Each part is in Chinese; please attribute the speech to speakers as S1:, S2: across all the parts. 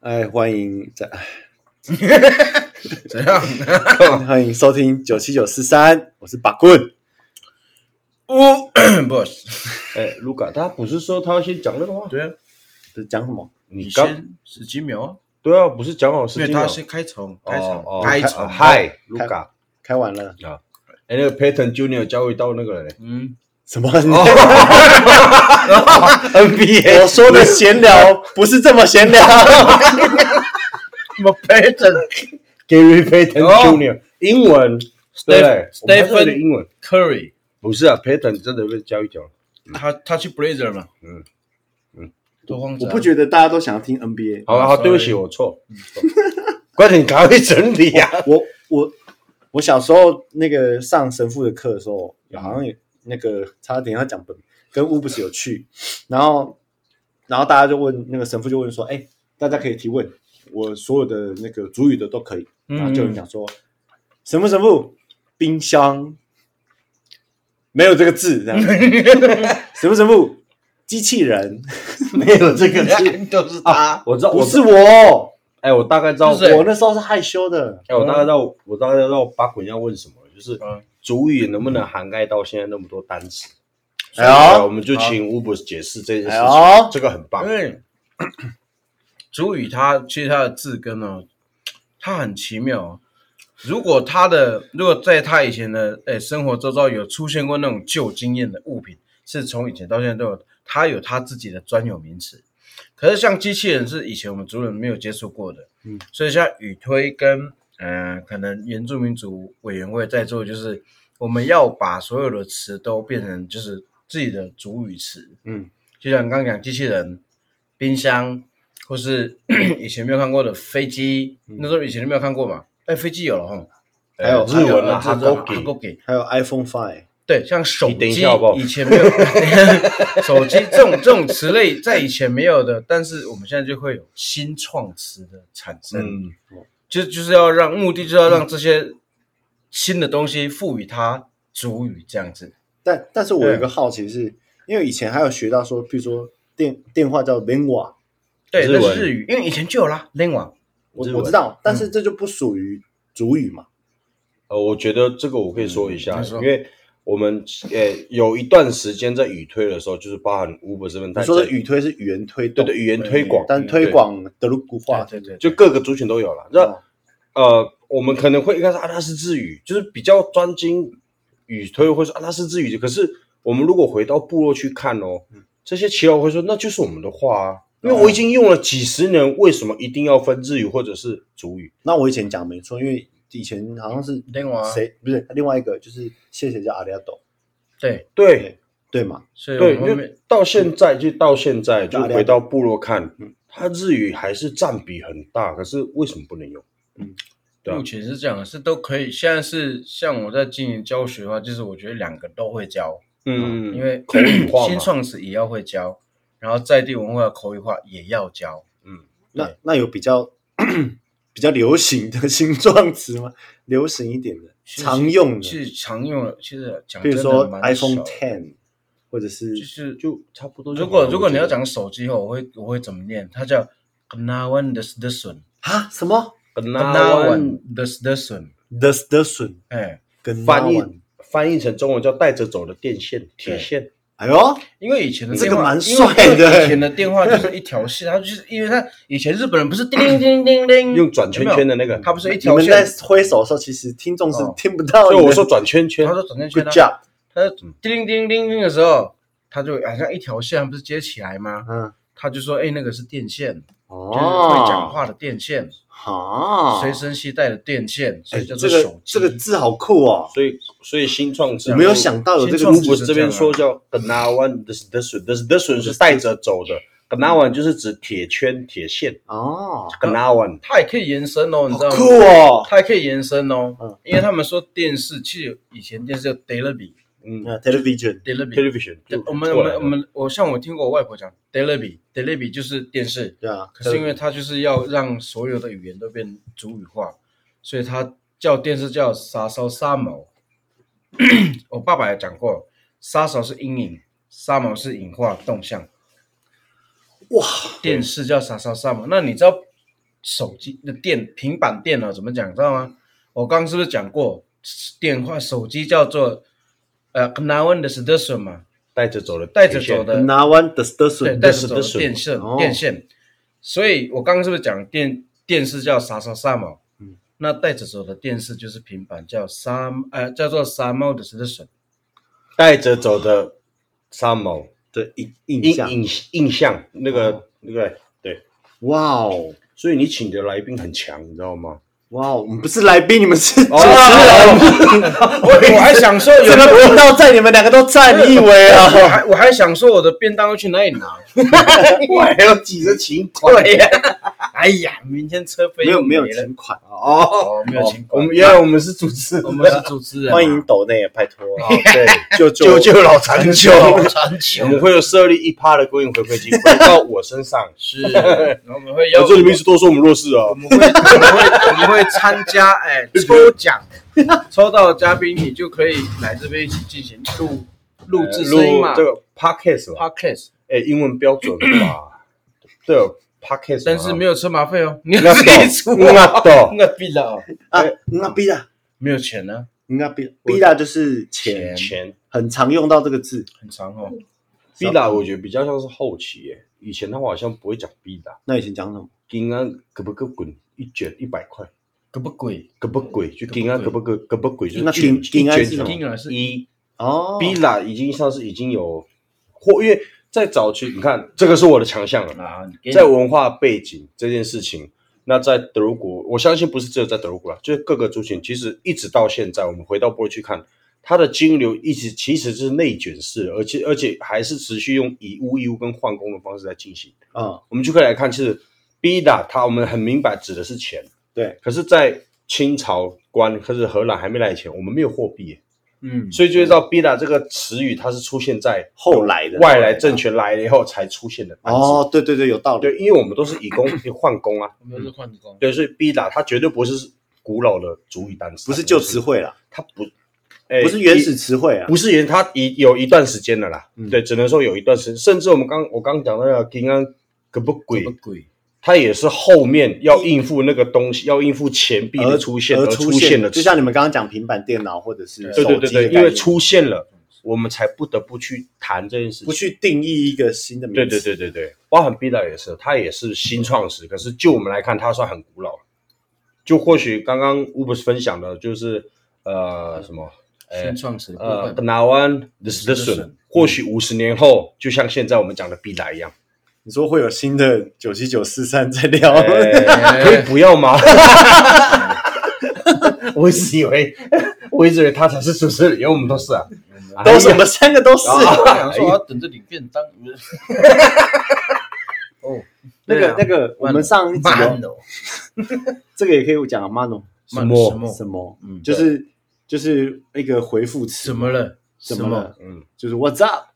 S1: 哎，欢迎在
S2: 怎样？
S1: 欢迎收听九七九四三，我是把棍。
S3: 哦
S2: 我哦 不是，
S3: 哎，卢卡，他不是说他要先讲那个话？
S2: 对啊，
S1: 这讲什么？
S3: 你刚
S2: 先十几秒啊，
S3: 对啊，不是讲好
S2: 因
S3: 时
S2: 为
S3: 间
S2: 他
S3: 了
S2: 是开场，
S3: 哦
S2: 开场
S3: 哦，
S2: 开
S3: 开
S2: 场。，
S3: 嗨，卢卡，
S1: 开完了？
S3: 哎，那个 Payton Junior 交易到那 个人嘞
S2: 嗯，
S1: 什 么？NBA？我说的闲 聊不是这么闲聊。
S2: 我陪着
S3: ，Gary Payton
S2: 哦
S3: Junior，英文，对不对
S2: Steph-
S3: 我们还是有点英文
S2: Curry，
S3: 不是啊，Payton 真的被交易掉了，
S2: 他他去 Blazer 嘛，
S3: 嗯嗯，
S2: 拓荒者
S1: 我
S2: 啊，
S1: 不觉得大家都想要听 NBA。
S3: 好了，
S2: 啊
S3: 好，对不起，
S2: sorry
S3: 我错， 快点，赶快整理啊！
S1: 我我我小时候那个上神父的课的时候，好像有那个差点要讲本跟乌布斯有去，然后然后大家就问那个神父就问说，哎，大家可以提问，我所有的那个主语的都可以，
S2: 嗯
S1: 然后就有人讲说，神父神父，冰箱没有这个字，这样， 神父神父，机器人没有这个字，
S2: 都是 他，
S3: 我知道，
S1: 不
S3: 我
S1: 是，我，
S3: 哎，我大概知道，
S2: 是谁
S3: 我
S1: 我那时候是害羞的，
S3: 哎，我大概知道，我大概知道八滚要问什么了，就是
S2: 嗯
S3: 主语能不能涵盖到现在那么多单词？
S1: 哎
S3: 哎，我
S1: 呦
S3: 们就请 Uber 解释这件
S1: 哎
S3: 事情，
S1: 呦，
S3: 这个很棒
S2: 嗯因。为哎 主语它其实它的字根呢，它很奇妙哦。如果它的如果在他以前的诶生活周遭有出现过那种旧经验的物品，是从以前到现在都有，它有它自己的专有名词。可是像机器人是以前我们族人没有接触过的，
S1: 嗯，
S2: 所以像语推跟呃，可能原住民族委员会在做，就是我们要把所有的词都变成就是自己的主语词，
S1: 嗯，
S2: 就像你刚刚讲机器人、冰箱，或是 以前没有看过的飞机，那时候以前都没有看过嘛。哎，飞机有了
S1: 还
S2: 哎哈，
S1: 有
S3: 呃日文啊，
S2: 哈
S3: 哈
S2: 勾
S3: 勾
S2: 给，
S3: 给
S2: 哈，勾给。
S1: 还有 iPhone Five，
S2: 对，像手
S3: 你等一
S2: 机
S3: 下好不好
S2: 以前没有， 手机这种这种词类在以前没有的，但是我们现在就会有新创词的产生，
S3: 嗯，
S2: 就就是要让目的就是要让这些新的东西赋予它主语这样子。
S1: 但但是我有一个好奇是，因为以前还有学到说，譬如说电电话叫 lingua，
S2: 对，
S3: 日
S2: 那
S3: 文
S2: 是日语，因为以前就有啦 l i n g u a
S1: 我
S3: 日文嗯
S1: 我知道，但是这就不属于主语嘛。
S3: 呃，我觉得这个我可以说一下，
S2: 嗯你说
S3: 因为我们呃有一段时间在语推的时候，就是包含 Uber 身份
S1: 你
S3: 带在，
S1: 说的语推是语言推
S3: 对
S1: 动，
S3: 对语言推广，
S1: 但推广哦德鲁古话，
S2: 对对，
S3: 就各个族群都有了。那、呃，我们可能会一开始啊，它是日语，就是比较专精语推，会说啊，它是日语。可是我们如果回到部落去看哦，
S2: 嗯
S3: 这些耆老会说，那就是我们的话啊，因
S2: 哦
S3: 为我已经用了几十年，为什么一定要分日语或者是族语？
S1: 那我以前讲没错，因为以前好像是
S3: 啊
S2: lingua
S1: 谁不是另外一个就是谢谢叫阿里亚斗，
S2: 对，
S3: 对
S1: 对对嘛？
S2: 所以
S3: 对，
S2: 我
S3: 因
S2: 们后面
S3: 为到现在就到现在，就
S1: 大量
S3: 回到部落看
S1: 嗯，
S3: 它日语还是占比很大，可是为什么不能用？对啊
S2: 目前是这样的，是都可以。现在是像我在经营教学的话，就是我觉得两个都会教，
S3: 嗯
S2: 因为
S3: 口语化嘛
S2: 新创始也要会教，然后在地文化口语化也要教。
S1: 那那有比较 比较流行的新状词吗？流行一点的
S2: 其实
S1: 常用的，
S2: 其实常用的，其实
S1: 啊
S2: 讲
S1: 比
S2: 真
S1: 如
S2: 的
S1: 说
S2: 蛮少
S1: iPhone
S2: 的
S1: Ten，或者是
S2: 就是
S3: 就差不多就好了。
S2: 如果如果
S3: 我
S2: 你
S3: 觉得
S2: 要，讲手机后，我会我会怎么念？它叫 Gnawan des d e s u n
S1: 啊什么？
S3: 那
S2: Gnawan des d e s u n
S1: The Station
S2: 哎，
S1: 跟
S3: 翻
S1: Now One
S3: 译翻译成中文叫带着走的电线、铁线。
S1: 哎呦，
S2: 因为以前的
S1: 这个
S2: 电话
S1: 蛮
S2: 因为
S1: 帅的
S2: 因为以前的电话就是一 条线，它就是因为它以前日本人不是叮叮叮叮叮
S3: 用转圈圈
S2: 的，
S3: 的那个，
S2: 它不是一
S1: 你
S2: 条
S1: 们在
S2: 线，
S1: 挥手的时候，其实听众是
S2: 哦
S1: 听不到
S3: 所
S1: 你
S3: 以
S1: 的。
S3: 我说转圈圈
S2: 他，说转圈圈
S1: Good
S2: 呢，
S1: job，
S2: 他就叮铃叮铃叮铃的时候，他就好像一条线不是接起来吗？
S1: 嗯，
S2: 他就说：“哎、那个是电线，就是会讲
S1: 哦，
S2: 话的电线，
S1: 好，
S2: 随身携带的电线，所
S1: 哦哎
S2: 以叫
S1: 这
S2: 做
S1: 个
S2: 手机。
S1: 这个字好酷哦，
S3: 所以所以新创
S1: 我没有想到有这
S2: 新
S1: 个
S2: 创
S3: 如
S1: 字
S3: 果这啊边说叫 gnawan des desun des desun 是带着走的，gnawan 就是指铁圈、铁线
S1: 哦，
S3: 嗯，gnawan。
S2: 它也可以延伸哦，你知道
S1: 好
S2: 吗？
S1: 酷哦。
S2: 它也可以延伸哦，
S1: 嗯
S2: 因为他们说电视剧以前电视叫 d e l i b y
S3: 嗯
S1: 那啊 television，
S2: d e l i b y
S3: ，television 就
S2: 我们我
S3: 过来
S2: 们
S3: 了
S2: 我们我像我听过我外婆讲 d e l i b y d e l i b y 就是电视，
S1: 对啊，
S2: 可是因为它就是要让所有的语言都变主语化，所以它叫电视叫杀手沙谋。我爸爸也讲过，杀手是阴影，沙谋是影化动向。
S1: 哇，
S2: 电视叫杀手沙谋，那你知道手机的电平板电脑怎么讲，知道吗？我刚是不是讲过，电话手机叫做呃 k n a w a n d e s d e s o n 嘛，
S3: 带着走的，
S2: 带着走的
S1: 拿完的的
S2: 对，
S1: 损
S2: 带
S1: 的
S2: 着走的
S3: 是
S2: 电线
S1: 哦
S2: 电线。所以我刚刚是不是讲电电视叫啥啥啥嘛？
S1: 嗯，
S2: 那带着走的电视就是平板，叫沙呃叫做沙漠的 solution。
S3: 带着走的沙某
S1: 的印印
S3: 印
S1: 象。
S3: 印印象那
S1: 哦
S3: 个那个对，
S1: 哇哦
S3: 所以你请的来宾很强，你知道吗？
S1: 哇哦，我们不是来宾，你们是主持
S3: 哦
S2: 啊
S1: 人。
S2: 我 我还想说有
S1: 这个频道在，你们两个都在，你以为啊？
S2: 我还我还想说我的便当要去哪里拿？
S3: 哎我还要挤着请款，
S2: 对呀，哎呀，明天车费
S1: 没有
S2: 又
S1: 没有
S2: 没了
S1: 请款
S3: 啊
S1: 哦，
S2: 哦，没有请
S3: 我
S2: 款，
S3: 们原来我们是主持人，
S2: 我们是主持人嘛，啊
S1: 欢迎抖内，拜托，啊
S3: 哦对，
S1: 救
S3: 救
S1: 救
S3: 救老残秋，
S2: 传球
S3: 我们会有设立一趴的公益回馈金回到我身上。
S2: 是，然后我们会邀
S3: 我这里面一直都说我们弱势啊
S2: 我，们 会我们会我们会参加哎抽 奖，抽到的嘉宾你就可以来这边一起进行录录制声音嘛
S3: 录这个 podcast 吧，
S2: ，podcast，
S3: 哎，英文标准吧，对哦，podcast，
S2: 但是没
S3: 有
S2: 有车马费哦，你
S3: 那
S2: 要自己出
S3: 懂，那
S2: 啊，
S3: 懂，
S2: 那必了哦，
S1: 啊！
S3: 哎嗯
S1: 那逼啦，
S2: 没有钱啊呢，
S1: 那逼逼啦，就是钱，
S3: 钱
S1: 很常用到这个字。
S2: 很长哦，
S3: b 啦，我觉得比较像是后期耶，以前他们好像不会讲 b 啦，
S1: 那以前讲什么？
S3: 金安可不可滚一卷一百块，
S2: 可不贵，
S3: 可不鬼就金安可不可可不鬼就是
S1: 那
S3: 一
S1: 金
S3: 卷一
S1: 金安
S3: 卷
S1: 是什么
S2: 金啊额是
S3: 一
S1: 哦
S3: b 啦已经上是已经有或因为在早期你看这个是我的强项了。
S2: 啊，你给你
S3: 在文化背景这件事情，那在德国，我相信不是只有在德国啦，就是各个族群，其实一直到现在，我们回到波去看，它的金流一直其实是内卷式的，而且而且还是持续用以物易物跟换工的方式在进行。
S1: 啊，
S3: 我们就可以来看，其实 b i d a 它我们很明白指的是钱，
S1: 对，
S3: 可是，在清朝官可是荷兰还没来以前，我们没有货币耶，
S2: 嗯，
S3: 所以就知道 b i d a 这个词语它是出现在
S1: 后来的
S3: 外来政权来了以后才出现的单词。
S1: 哦，对对对，有道理。
S3: 对，因为我们都是以工换工啊，
S2: 我们是换工，
S3: 对，所以 b i d a 它绝对不是古老的主语单词，
S1: 不是旧词，汇啦，
S3: 它不，哎
S1: 不是原始，词汇啊
S3: 不。是原，它已有一段时间了啦。
S1: 嗯
S3: 对，只能说有一段时间，甚至我们刚我刚讲的那个啊金安可不鬼
S1: 嗯
S2: 可，不贵，
S3: 它也是后面要应付那个东西，要应付钱币的出现
S1: 而
S3: 出
S1: 现
S3: 的词，
S1: 就像你们刚刚讲平板电脑或者是
S2: 对
S1: 手
S3: 对
S1: 机的
S3: 对对对，
S1: 概念
S3: 因为出现了，我们才不得不去谈这件事情
S1: 不。去定义一个新的名
S3: 对
S1: 词。
S3: 对对对对，包含 B 站也是，它也是新创始，可是就我们来看，它算很古老了。就或许刚刚 u b e 分享的就是呃什么
S2: 新创始的
S3: 呃
S2: 部
S3: b
S2: 分，
S3: n a w a n t h i s t i o n 或许五十年后，就像现在我们讲的 B 站一样，
S1: 你说会有新的九七九四三在聊，
S3: 哎可以
S2: 啊
S3: 不要吗？ 我一直以为，我一直以为他才是主持人，因为我们都是啊，
S1: 都是我们三个都是。
S2: 啊我想说我要等着领便当，哦，
S1: 那
S2: 对
S1: 个
S2: 啊
S1: 那个，我们上一集
S2: 慢
S1: 有
S2: 哦，
S1: 这个也可以讲啊，mano
S3: 什么
S2: 什么
S1: 什么
S2: 嗯，
S1: 就是就是一个回复词，
S2: 怎么了？
S1: 怎么了？
S3: 嗯，
S1: 就是 What's up，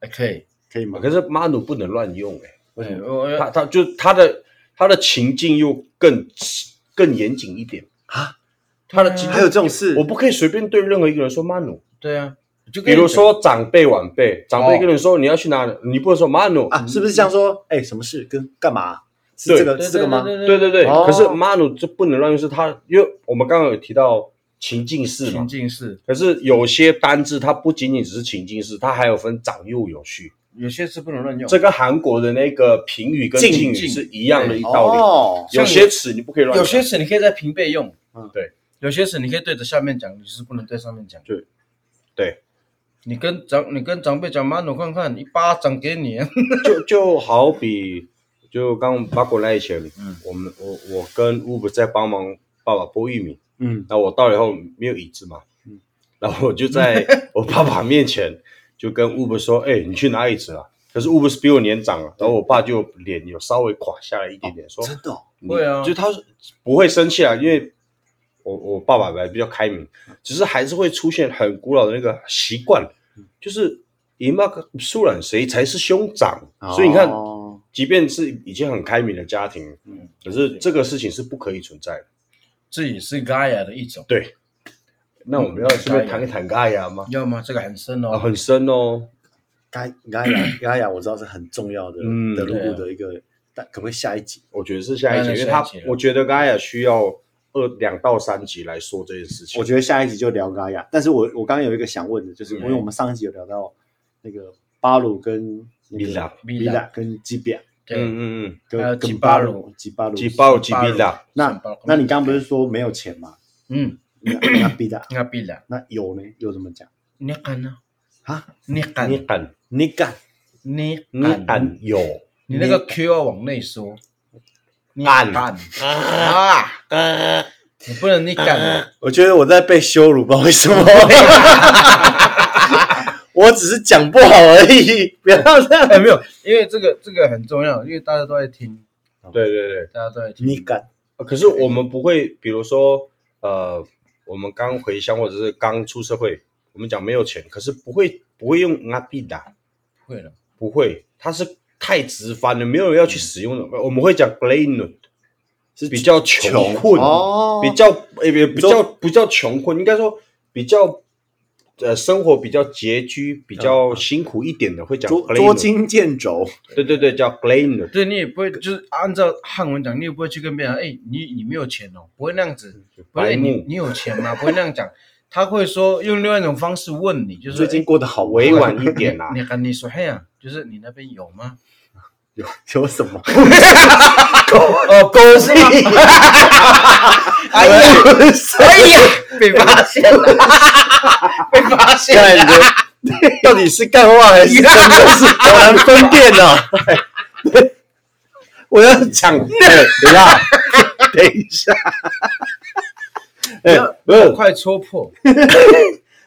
S2: 哎？可以，
S1: 可以吗？
S3: 可是 Manu 不能乱用哎、
S1: 为什么
S2: 哎我
S3: 他他就他的他的情境又更更严谨一点
S1: 啊，
S3: 他
S2: 哎
S3: 的情
S1: 还有这种事
S3: 我？不可以随便对任何一个人说妈奴，
S2: 对啊，就
S3: 比
S2: 跟你
S3: 如说长辈晚辈，长辈
S2: 哦
S3: 跟你说你要去哪里，你不能说妈奴，
S1: 啊，是不是像说，哎，什么事跟干嘛？是
S3: 对
S1: 这个
S2: 对
S1: 是这个吗？
S3: 对对对，
S1: 哦
S3: 可是妈奴就不能乱用，是他因为我们刚刚有提到情境式嘛
S2: 情，境式，
S3: 可是有些单字它不仅仅只是情境式，它还有分长幼有序，
S2: 有些是不能乱用。
S3: 这跟韩国的那个评语跟
S1: 敬
S3: 敬语
S2: 敬
S3: 是一样的一道理，
S1: 哦，
S3: 有些词你不可以乱
S2: 有
S3: 用，
S2: 些词你可以在平辈用，
S1: 嗯
S3: 对，
S2: 有些词你可以对着下面讲，你就是不能对上面讲。
S3: 对。
S2: 你跟长你跟长辈讲妈，我看看，一巴掌给你。
S3: 嗯就就好比，就刚八过来以前，
S2: 嗯
S3: 我们我我跟乌布在帮忙爸爸剥玉米，
S1: 嗯，
S3: 那我到了以后没有椅子嘛，
S1: 嗯
S3: 然后我 就在我爸爸面前就跟乌布说：“哎、你去拿椅子啊。”可是乌布是比我年长啊，然后我爸就脸有稍微垮下来一点点，说
S1: 真的哦，：“
S3: 你
S2: 会啊
S3: 就他是不会生气啊，因为我我爸爸还比较开明，
S1: 嗯
S3: 只是还是会出现很古老的那个习惯，
S1: 嗯
S3: 就是姨妈虽然谁才是兄长，所以你看。”
S1: 哦
S3: 即便是已经很开明的家庭，
S2: 嗯
S3: 可是这个事情是不可以存在的。
S2: 这也是 Gaia 的一种，
S3: 对，那
S1: 嗯
S3: 我们要顺便谈一谈盖亚吗？
S2: 要吗？这个很深
S3: 啊，
S2: 哦。
S3: 很深哦。
S1: 该该呀该呀，我知道是很重要的
S3: 嗯
S1: 的路的一个，但可不可以下一集？
S3: 我觉得是下一集，啊
S2: 那
S3: 因
S2: 就
S3: 为他
S2: 下一集了
S3: 我觉得 Gaia 需要二两到三集来说这件事情。
S1: 我觉得下一集就聊嘎雅。但是我我刚刚有一个想问的，就是
S3: 嗯
S1: 因为我们上一集有聊到那个巴鲁跟那
S3: 米拉
S1: 个米拉跟基比亚
S2: 对，
S3: 嗯嗯
S1: 跟
S2: 还有
S1: 跟
S2: 呃吉
S1: 巴
S2: 巴鲁
S1: 鲁吉巴鲁
S3: 嗯，几包几米啦，
S1: 那
S2: 巴鲁
S1: 那你刚刚不是说没有钱吗？
S2: 嗯，
S1: 那那比拉
S2: 那必然，
S1: 那有呢？有怎么讲
S2: 你敢呢？
S1: 啊？
S2: 你敢
S3: 你？敢
S1: 你敢
S2: 你
S3: 你敢啊有
S2: 你那个 Q 要往内缩，你
S3: 敢
S2: 敢啊？你不能你敢，
S1: 我觉得我在被羞辱，不知道为什么。我只是讲不好而已，不要这样。
S2: 哎，没有，因为这个这个很重要，因为大家都在听，
S3: 对对对，
S2: 大家都在 听，
S1: 你敢？
S3: 呃可是我们不会，比如说，呃，我们刚回乡或者是刚出社会，我们讲没有钱，可是不会不会用阿比达，
S2: 不会了，
S3: 不会，它是太直翻了，没有人要去使用的。我们会讲 glad，是比较穷困，
S1: 哦，
S3: 比较也也比
S1: 说
S3: 较不叫穷困，应该说比较呃生活比较拮据、比较辛苦一点的会讲
S1: 嗯捉
S3: glad，
S1: 捉襟见肘。
S3: 对对对，叫 glad，
S2: 对你也不会，就是按照汉文讲，你也不会去跟别人，哎，你你没有钱哦，不会那样子，不
S3: 白
S2: 会你
S3: 目
S2: 你有钱吗？不会那样讲，他会说用另外一种方式问你，就是
S1: 最近过得好吗
S3: 委婉一点啦、
S2: 哎你敢你说嘿啊，就是你那边有吗？
S1: 有有什么？
S3: 哦，勾是
S2: 哎呀，哎呀，被发现了，被发现
S1: 看
S2: 了。
S1: 你的到底是干话还是真的是好难分辨呢、啊？我要
S3: 抢， 哎等一下。
S1: 等一下，哎、
S2: 不要
S1: 不 是
S2: 快戳破，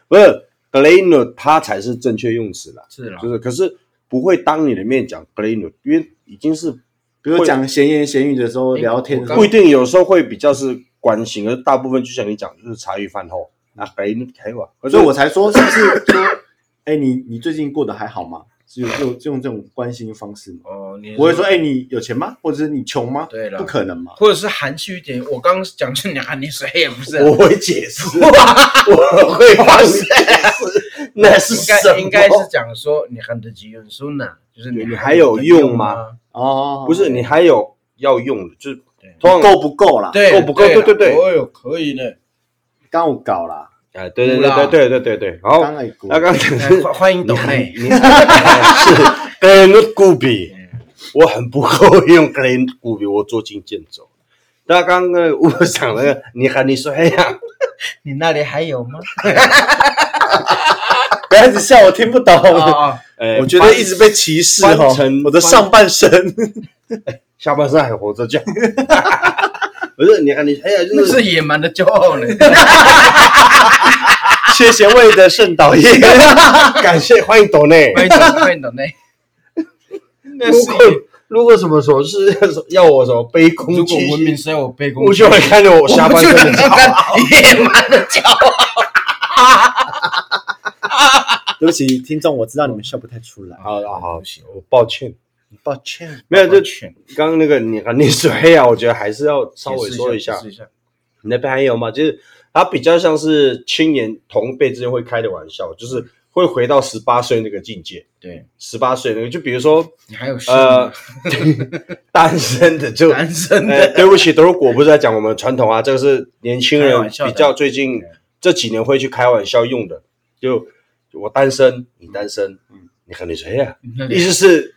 S3: 不是 glano，它才是正确用词啦，
S1: 啊
S2: 是啦
S3: 就，是可是不会当你的面讲 glano，因为已经是
S1: 比如讲闲言闲语的时候
S2: 哎
S1: 聊天的时
S2: 我
S1: 候
S3: 不一定，有时候会比较是关心，而大部分就像你讲，就是茶余饭后那 glano 开吧，
S1: 所以我才说是不是说，哎、你你最近过得还好吗？是有用用这种关心方式吗？
S2: 哦，你
S1: 不会说，哎、你有钱吗？或者是你穷吗？
S2: 对啦
S1: 不可能嘛。
S2: 或者是含蓄一点。我刚刚讲是你喊你谁也不是啊，
S3: 我会解释， 我会帮你解释，那是
S2: 应该应该是讲说你喊的几元数呢，就是你
S3: 你
S2: 喊
S3: 还有
S2: 得
S3: 用
S2: 吗
S3: 吗？
S1: 哦，
S3: 不是你还有要用的，就是
S2: 对
S3: 通常
S1: 够不够啦？，
S2: 对，
S3: 够不够
S2: 对啦
S3: 对对对
S2: 哦哟，可以 呢。
S1: 刚我搞啦，
S3: 哎，对对对对对对对对，好，
S1: 刚爱国
S3: 那刚刚讲
S2: 哎
S3: 是
S2: 欢欢迎董妹，
S3: 你是跟古比，嗯我很不够用跟古比，我捉襟见肘。那刚刚我讲那个，你喊你说哎 呀，
S2: 你那里还有 吗？
S1: 不要一直笑，我听不懂。
S2: 啊啊，
S3: 呃
S1: 我觉得一直被歧视哦
S3: 翻成，
S1: 我的上半身
S3: 下半身还活着叫， 不是你喊你哎呀，
S2: 那
S3: 就是
S2: 是野蛮的骄傲呢。
S1: 缺咸味的圣导 演，
S3: 感谢欢迎抖内。
S2: 欢迎董，欢迎董 妹。那
S3: 如
S2: 是
S3: 果如果什么时候是要我什么卑躬
S2: 如果
S3: 屈
S2: 文明
S3: 膝，
S2: 是要我卑躬
S3: 我
S2: 屈
S3: 就会看着我下半身的照。
S2: 野蛮的骄傲。
S1: 对不起，听众，我知道你们笑不太出来，
S3: 好好啊好，我抱歉。
S1: 抱歉。
S3: 没有，就
S2: 全
S3: 刚刚那个你喊你说哎呀，我觉得还是要稍微说一下。
S2: 解释一下，
S3: 你那边还有吗？就是它比较像是青年同辈之间会开的玩笑，就是会回到十八岁那个境界。
S2: 对
S3: 十八岁那个，就比如说
S2: 你还有事
S3: 呃
S2: 吗？，
S3: 单身的就，
S2: 男生
S3: 呃，
S2: 的
S3: 对不起，都是我不是在讲我们传统啊，这个是年轻
S2: 开
S3: 人
S2: 玩笑的
S3: 比较最近
S2: 对
S3: 这几年会去开玩笑用的，就我单身，你单身，你和你谁呀？
S2: 那
S3: 意
S2: 里
S3: 思是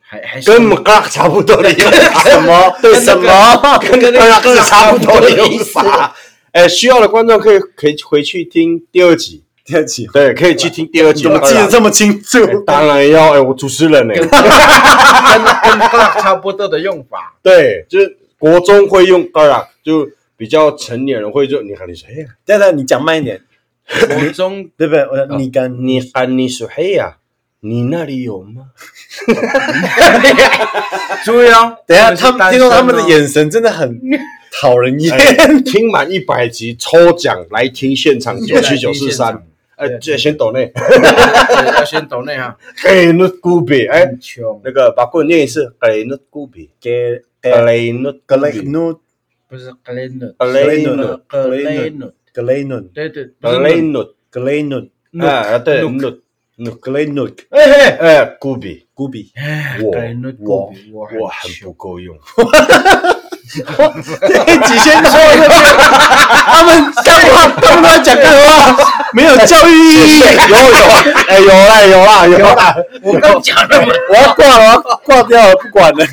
S2: 还还是
S3: 跟我们差不多的意思。啊
S1: 什么？对什 么？
S3: 跟跟那个差不多的用法。哎，需要的观众可以可以回去听第二集，
S1: 对不起，
S3: 对，可以去听第二集。
S1: 怎么记得
S3: 么？
S1: 这么清楚？
S3: 当然要哎，我主持人呢？
S2: 跟跟 Glock 差不多的用法，
S3: 对，就是国中会用 g a r 就比较成年人会就你喊你谁呀？
S1: 等等，你讲慢一点，
S2: 国中
S1: 对不对？我你跟
S3: 你喊你谁呀？你那里有 吗？
S2: 注意哦，
S1: 等一下，
S2: 们是
S1: 他们
S2: 单
S1: 听
S2: 身
S1: 到
S2: 哦
S1: 他们的，眼神真的很讨人厌。
S3: 哎听满一百集抽奖来听现场九七九四三。哎，
S2: 对
S3: 这先抖内，
S2: 对要先懂内哈，
S3: 给那古比，哎，
S2: 很穷
S3: 那个把过念一次，给那古比，
S1: 给
S3: 给
S1: 给
S3: 那
S1: 格
S3: 古
S1: 雷
S3: 比。
S1: 努
S2: 不是 Glenn
S3: Glenn
S2: Glenn，
S1: 格雷努
S2: 对对，不是
S3: Glenn，
S1: 格雷努
S3: 啊，对
S2: Nook，
S3: ，Nook，
S1: Glennook
S3: 哎哎哎，古比，
S1: 古比，
S2: 哎
S3: 我
S2: 感觉
S3: 我
S2: 够比我
S3: 我很
S2: 穷
S3: 不够用，
S1: 这一集先说一个，他们干话，他们乱讲干话，没有教育意义。
S3: 有有啊，哎有啦有啦有啦，
S2: 我刚讲了嘛，
S1: 我要挂了，我要挂掉了，不管了。